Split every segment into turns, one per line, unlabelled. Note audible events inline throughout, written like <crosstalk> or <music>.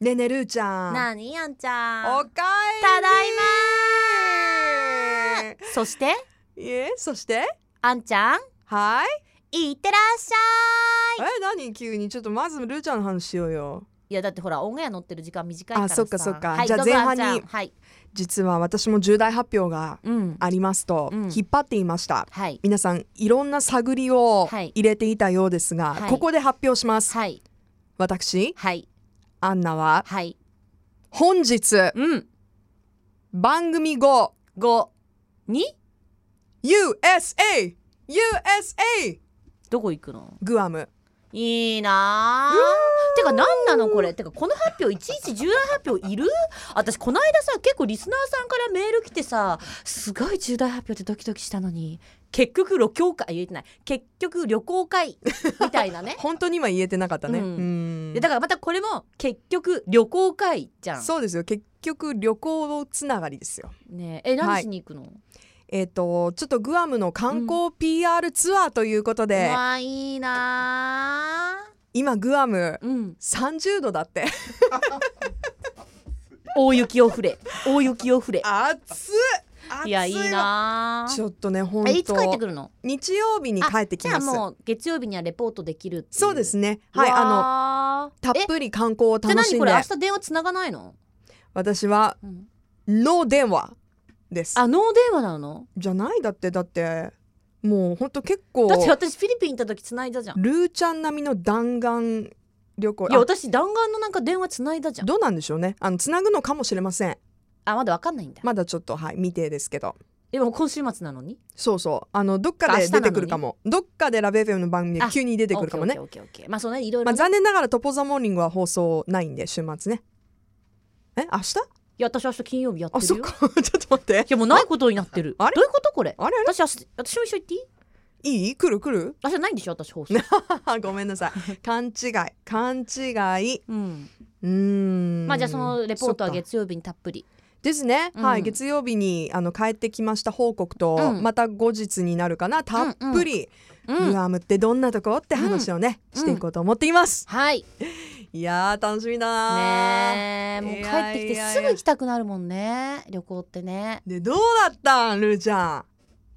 ねえねえるーちゃん
なあにあんちゃん
おかえり
ただいまそして
いえそして
あんちゃん
はい
いってらっしゃい
え何急にちょっとまずルーちゃんの話しようよ
いやだってほらオンエア乗ってる時間短いからさ
あそっかそっか
はい
じゃあ
どうぞ
前半に
あんちゃんはい
実は私も重大発表が
うん
ありますと
うん
引っ張っていました、
はい
皆さんいろんな探りを
はい
入れていたようですが、
はい
ここで発表します、
はい
私
はい
アンナは
はい
本日
うん
番組後
五に
USA USA
どこ行くの
グアム
いいなあてか何なのこれてかこの発表いちいち重大発表いる私この間さ結構リスナーさんからメール来てさすごい重大発表ってドキドキしたのに結局旅行会言えてない結局旅行会みたいなね
本当に今言えてなかったね、
う
<laughs>
ん
うん
でだからまたこれも結局旅行会じゃん
そうですよ結局旅行つながりですよ
ねええ
は
何
い
しに行くの、わ
えっ、とちょっとグアムの観光 PR ツアーということで、
あいいなあ
今グアム
うん
30度だっ
<laughs>
て
大雪を降れ大雪を降れ
暑っ暑
いやいいなあ
ちょっとね本
えいつ帰ってく
当
るの
日曜日に帰ってき
じゃ
ま
あ
す
もう月曜日にはレポートできるってい
そうですね
は
はい
い
あの
あの
たっ
え
ぷり観光を
じゃあ
楽し
何
ん
これ
で
明日電話つながないの、
私は
うん
ノー電話です
あノー電話なの
じゃないだってだってもう本当結構
だって私フィリピン行った時つないだじゃん
ルーちゃん並みの弾丸旅行
いや
あ
私弾丸のなんか電話つないだじゃん
どうなんでしょうねあのつなぐのかもしれません
あまだわかんないんだ、
まだちょっとはい未定ですけど
でも今週末なのに
そうそうあのどっか
明
で
日なの
出
に
てくるかもどっかでラベフェムの番組で
あ
急に出てくるかもね
オッケーオッケーオッケーまあそのねいろいろ
まあ
ね、
残念ながらトポザモーニングは放送ないんで週末ねえ明日
いや私明日金曜日やって
あ
る
そっ
よ
か <laughs> ちょっと待って
いやもうないことになってる
ああれ
どういうことこれ
あれあれ
私明日私も一緒行っていい
いい来る来る <laughs>
明日ないんでしょ私放送、
ごめんなさい勘違い勘違いう
うん
ーん
まあじゃあそのレポート
そっ
は
か
月曜日にたっぷり
ですね、
うん
はい月曜日にあの帰ってきました報告と、
うん
また後日になるかなたっぷり、
うん
グアムってどんなとこって話をね、
うん
していこうと思っています、
はい
いやー楽しみだー
ねえもう
い
帰
や
ってき
い
て
やいや
すぐ行きたくなるもんね旅行ってね
でどうだったんルーちゃ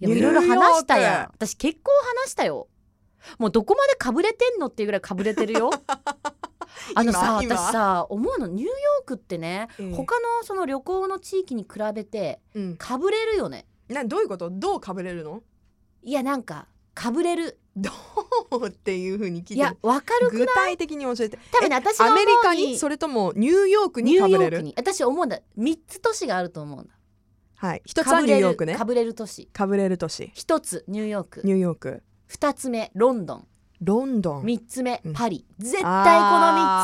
い
ニ
やい
ューヨ
ろ
ー
い
ク
ろ話したやん私結構話したよもうどこまでかぶれてんのっていうぐらいかぶれてるよあのさ
<laughs> 今今
私さ思うのニューヨークってね、
ええ
他のその旅行の地域に比べて
ん、うん、
かぶれるよね
などういうことどうかぶれるの <laughs>
いやなんかかぶれる
どうっていうふうに聞いて
いやわかる
具体的に教えて
多分ね私が
ア
思う
メ
に
リカにそれともニューヨーク
ニ
に
ュー
かぶ
ヨ
れ
ーク
る
に私思うんだ3つ都市があると思うんだ
はい一つはニューヨークね
かぶれる都市
かぶれる都市
1つニューヨーク
ニューヨーク
2つ目ロンドン
ロンドン
3つ目
うん
パリ、絶対この3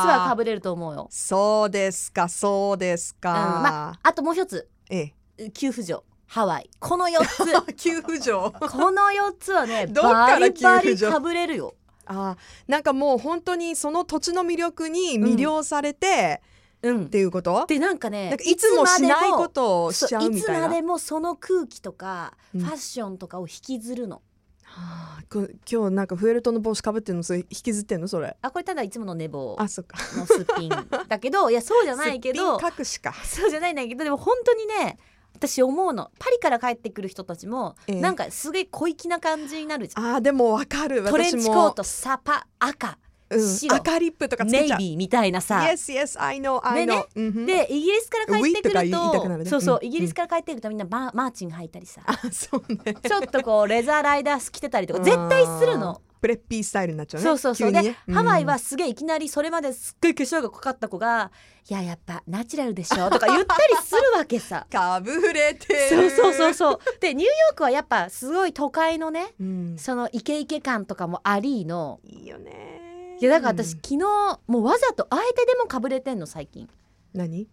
つはかぶれると思うよ
そうですかそうですか、
うんまあともう一つ
え
急浮上ハワイこの4つ
え <laughs> 急浮上
この4つはね
<laughs> どっか
バ
ら
リ
急浮上
バリかぶれるよ、
<laughs> あーなんかもう本当にその土地の魅力に魅了されて、
うん、
っていうこと
でなんかね
なんかいつもしない
つまでも
ことをしちゃ
そう
みたい
つま
な
でもその空気とか、
うん
ファッションとかを引きずるの
はあこ今日なんかフェルトの帽子かぶってるのそれ引きずってんのそれ
あこれただいつもの寝坊
あそっか
のすっぴんだけ
<laughs>
どいやそうじゃないけど
すっぴん隠しか
そうじゃないんだけどでも本当にね私思うのパリから帰ってくる人たちも、
ええ
なんかすげえ小粋な感じになるじゃん
あーでもわかる
トレン
私
チコー
も
トサパ赤
うん、
白
赤リップとかつ
ネ
け
イ
ちゃう
ビーみたいなさ、
Yes yes I know I
で
know
ね
うんふん
でイギリスから帰って
ウィ
くる
ーとか言いたくな
と
るね
そうそう
うん
イギリスから帰ってくるとみんなマーマーチン履いたりさ
あそうね
ちょっとこうレザーライダース着てたりとか絶対するの。
うんプレッピースタイルになっちゃうね
そうそうそう、
急に
で
ね、うん
ハワイはすげえいきなりそれまですっごい化粧が濃かった子が「いややっぱナチュラルでしょ」とか言ったりするわ
<laughs>
けさ
かぶれて
そう
る
そうそうそうでニューヨークはやっぱすごい都会のね
うん
そのイケイケ感とかもありの
いいよね
いやだから私
うん
昨日もうわざとあえてでもかぶれてんの最近
何
い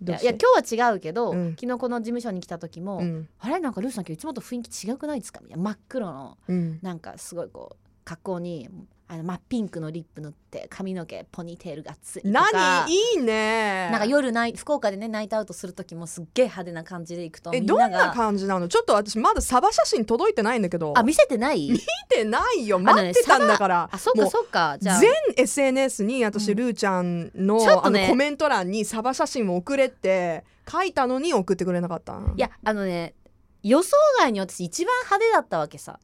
どう
や
して
いや今日は違うけど、
うん
昨日この事務所に来た時も、
うん
あれなんかルーさん今日いつもと雰囲気違くないですかみたいな真っ黒の
うん
なんかすごいこう格好にあの真っピンクのリップ塗って髪の毛ポニーテールがっつりとか
何いいね
なんか夜ない福岡でねナイトアウトする時もすっげえ派手な感じで行くとみ
え
ん
どん
な
な
が
感じなのちょっと私まだサバ写真届いてないんだけど
あ見せ
<laughs>
てない
見てないよ
のね
待ってたんだから
あそっ
も
か
う
そっかじゃあ
全 SNS に
う
私
ん
ルーちゃんの,、
ちょっ
あ
と
の
ね
コメント欄にサバ写真を送れって書いたのに送ってくれなかった
いやあのね予想外に私一番派手だったわけさ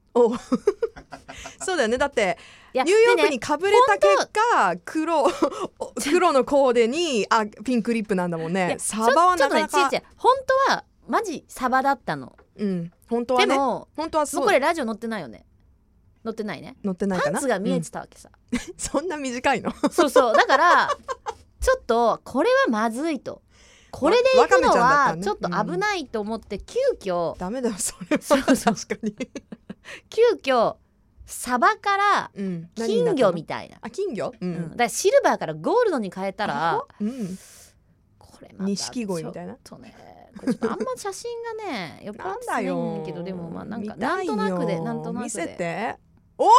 そうだよねだって
いや
ニューヨ
で
ー
ね
クにかぶれた結果、黒 <laughs> 黒のコーデにあピンクリップなんだもん
い
ね
や
サバはなかな
ちょっ
か、
とね違う違う本当はマジサバだったの、
うん本当は
で
ね
も
本当はそ
もう
う
これラジオ載ってないよね載ってないね
乗ってないか
パ
な
ンツが見え
うん
てたわけさ、
そんな短いの <laughs>
そうそうだからちょっとこれはまずいとこれで行くの
わわ
は
かめ
ち
ちゃ
ょ
ん
っ
だったら
と
ね
危ないと思って急遽
ダメだよそれは
そうそう
確かに、
急遽サバから
うん、
金魚み
た
たいな、
あ金魚う、
うんん、だからシルバーからゴールドに変えたら
うん
これまた
錦鯉みた
ちょ
いな
っとねこれちょっとあんま写真が
<laughs>
ねよっぽど
なんだよ
けどでもまあなんか
見た
ないん
よ
となくでなんとなくで
見せておあ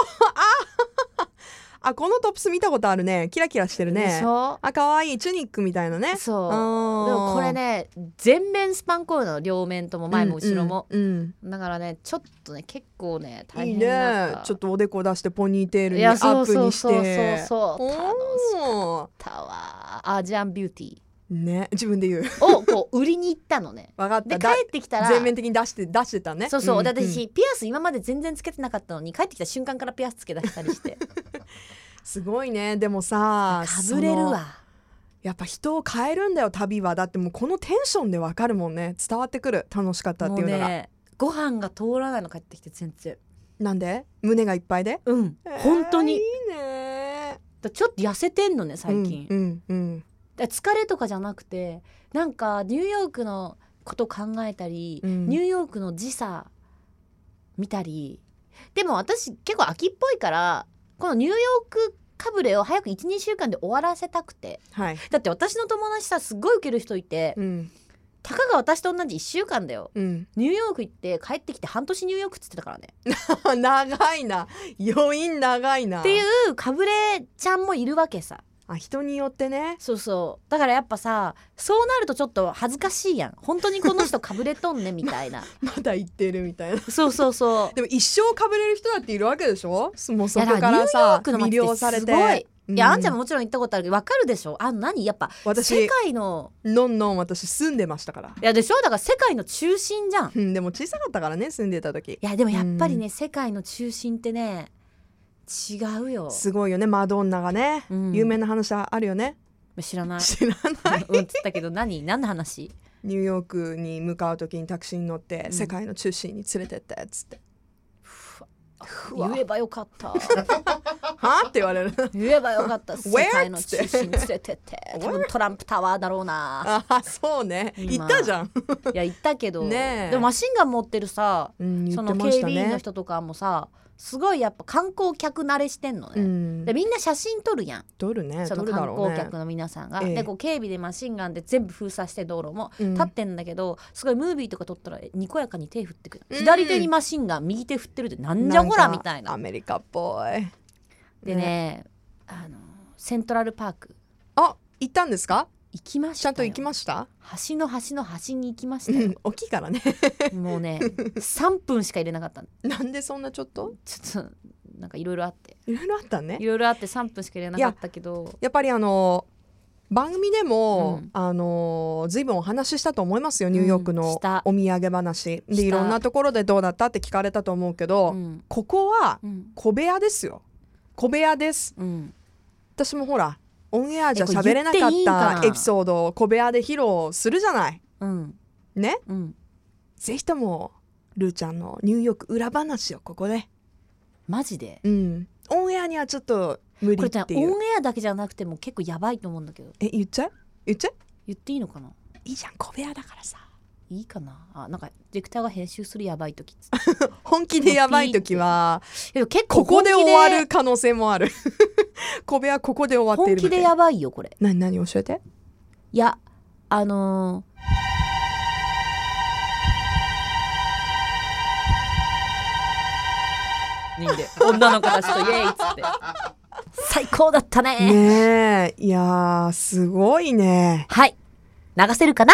あこのトップス見たことあるねキラキラしてる
で
ね
しょ
あ可愛いチュニックみたいなね
そう
うん
でもこれね全面スパンコールなの両面とも前も後ろも、、
うんうん
だからねちょっとね結構ね
うん
大
いい
変
ね
だった
ちょっとおでこ出してポニーテール
い
にア
やそ
ッ
う
プ
そ
に
う
し
そうそう
て
そう楽しかっ
お
たわアジアンビューティ
ーね自分で言う
ーをこう売りに行った
<laughs>
のね
分かった
で帰
だ
ってきたら
全面的に出して出してたね
そうそう、
ん
だって
ん
私ピアス今まで全然つけてなかったのに帰ってきた瞬間からピアスつけ出したりして
<laughs> すごいねでもさ
かぶれる
その
わ
やっぱ人を変えるんだよ旅はだってもうこのテンションでわかるもんね伝わってくる楽しかったっ
も
て
う
いうのが、
ねご飯が通らないの帰ってきて全然
なんで胸がいっぱいで
うん本当
えーい
に
いね
だちょっと痩せてんのね最近、
うんうん
だから疲れとかじゃなくてなんかニューヨークのこと考えたり、
うん
ニューヨークの時差見たりでも私結構秋っぽいからこのニューヨークかぶれを早く12週間で終わらせたくて
はい
だって私の友達さすっごいウケる人いて
うん
たかが私と同じ1週間だよ
うん、 <laughs>
ニューヨーク行って帰ってきて半年ニューヨークっつってたからね
長いな余韻長いな
っていうかぶれちゃんもいるわけさ
あ人によってね
そうそうだからやっぱさそうなるとちょっと恥ずかしいやん本当にこの人かぶれとんねみたいな
まだ行ってるみたいな
<laughs> そうそう <laughs> そう
でも一生かぶれる人だっているわけでしょもうそ
いや
こ
だ
からさ
ニ
魅
ューヨークの街って
了されて
すごいいや、あんちゃん
も
ももちろん行ったことあるけどわかるでしょあの何やっぱ世
私
界の
のんのん私住んでましたから
いやでしょだから世界の中心じゃんい
うんでも小さかったからね住んでた時
やでもやっぱりね、世界の中心ってね違うよ、
すごいよねマドンナがね、
うん
有名な話あるよね
<laughs> 知らない
知らない
うんっつったけど何何の話
<laughs> ニューヨークに向かう時にタクシーに乗って、
ん
世界の中心に連れてってっつってうわ
言えばよかった <laughs>
はあって言われる
言えばよかった世
Where？
界の中心に連れ
<laughs>
てって多分トランプタワーだろうな
ああそうね行
今
ったじゃん、
いや行ったけど、
ねえ
でもマシンガン持ってるさ
うん、言
そ
って
の
ま
警
した
備員の
ね
人とかもさすごいやっぱ観光客慣れしてんの
う
ね、
ん
でみんな写真撮るやん、
撮るね
そ
撮
の
るだろ
観
う
光
ね
客の皆さんが、
ええ
でこう警備でマシンガンで全部封鎖して道路も
うん
立ってんだけど、すごいムービーとか撮ったらえにこやかに手振ってくる、
うん
左手にマシンガン右手振ってるでなんじゃこらみたい
んかア
な
メリカっぽい
でねあのセントラルパーク
あ行ったんですか
行きました
ちゃんと行き
ま
ました
橋の端の端に行きまし
う
たよ
ん、大きいからね <laughs>
もうね3分しか入れなかったの
なんでそんなちょっと
ちょっとなんかいろいろあって
いろいろあったね
いろいろあって3分しか入れなかったけど
やっぱりあの番組でも、
うん
あの随分お話ししたと思いますよニューヨーク
うん
の
した
お土産話、
し
で
た
いろんなところでどうだったって聞かれたと思うけど、
うん
ここは
うん
小部屋ですよ小部屋です
うん
私もほらオンエアじゃ
えこれ
喋れなか
言
っ
っていいんか
た
な
エピソードを小部屋で披露するじゃない
うん
ね
うん
ぜひともルーちゃんのニューヨーク裏話をここで
マジで
うんオンエアにはちょっと無
こ
理
れね
っていう
オンエアだけじゃなくても結構やばいと思うんだけど
え言っちゃう言っちゃう
言っていいのかない
いじゃん小部屋だからさ
いいかなあなんかディレクターが編集するやばい時
<laughs>
っつっ
本気でやばい時は
てでも結構
ここで
本気
終わる可能性もある小部屋 <laughs> ここで終わってい
本
る
気
みた
で
いな
やばいよこれ
何何教えて
いやあのー人で女の子たちとイエイっつって最高だったね
ねえいやーすごいね
はい流せるかな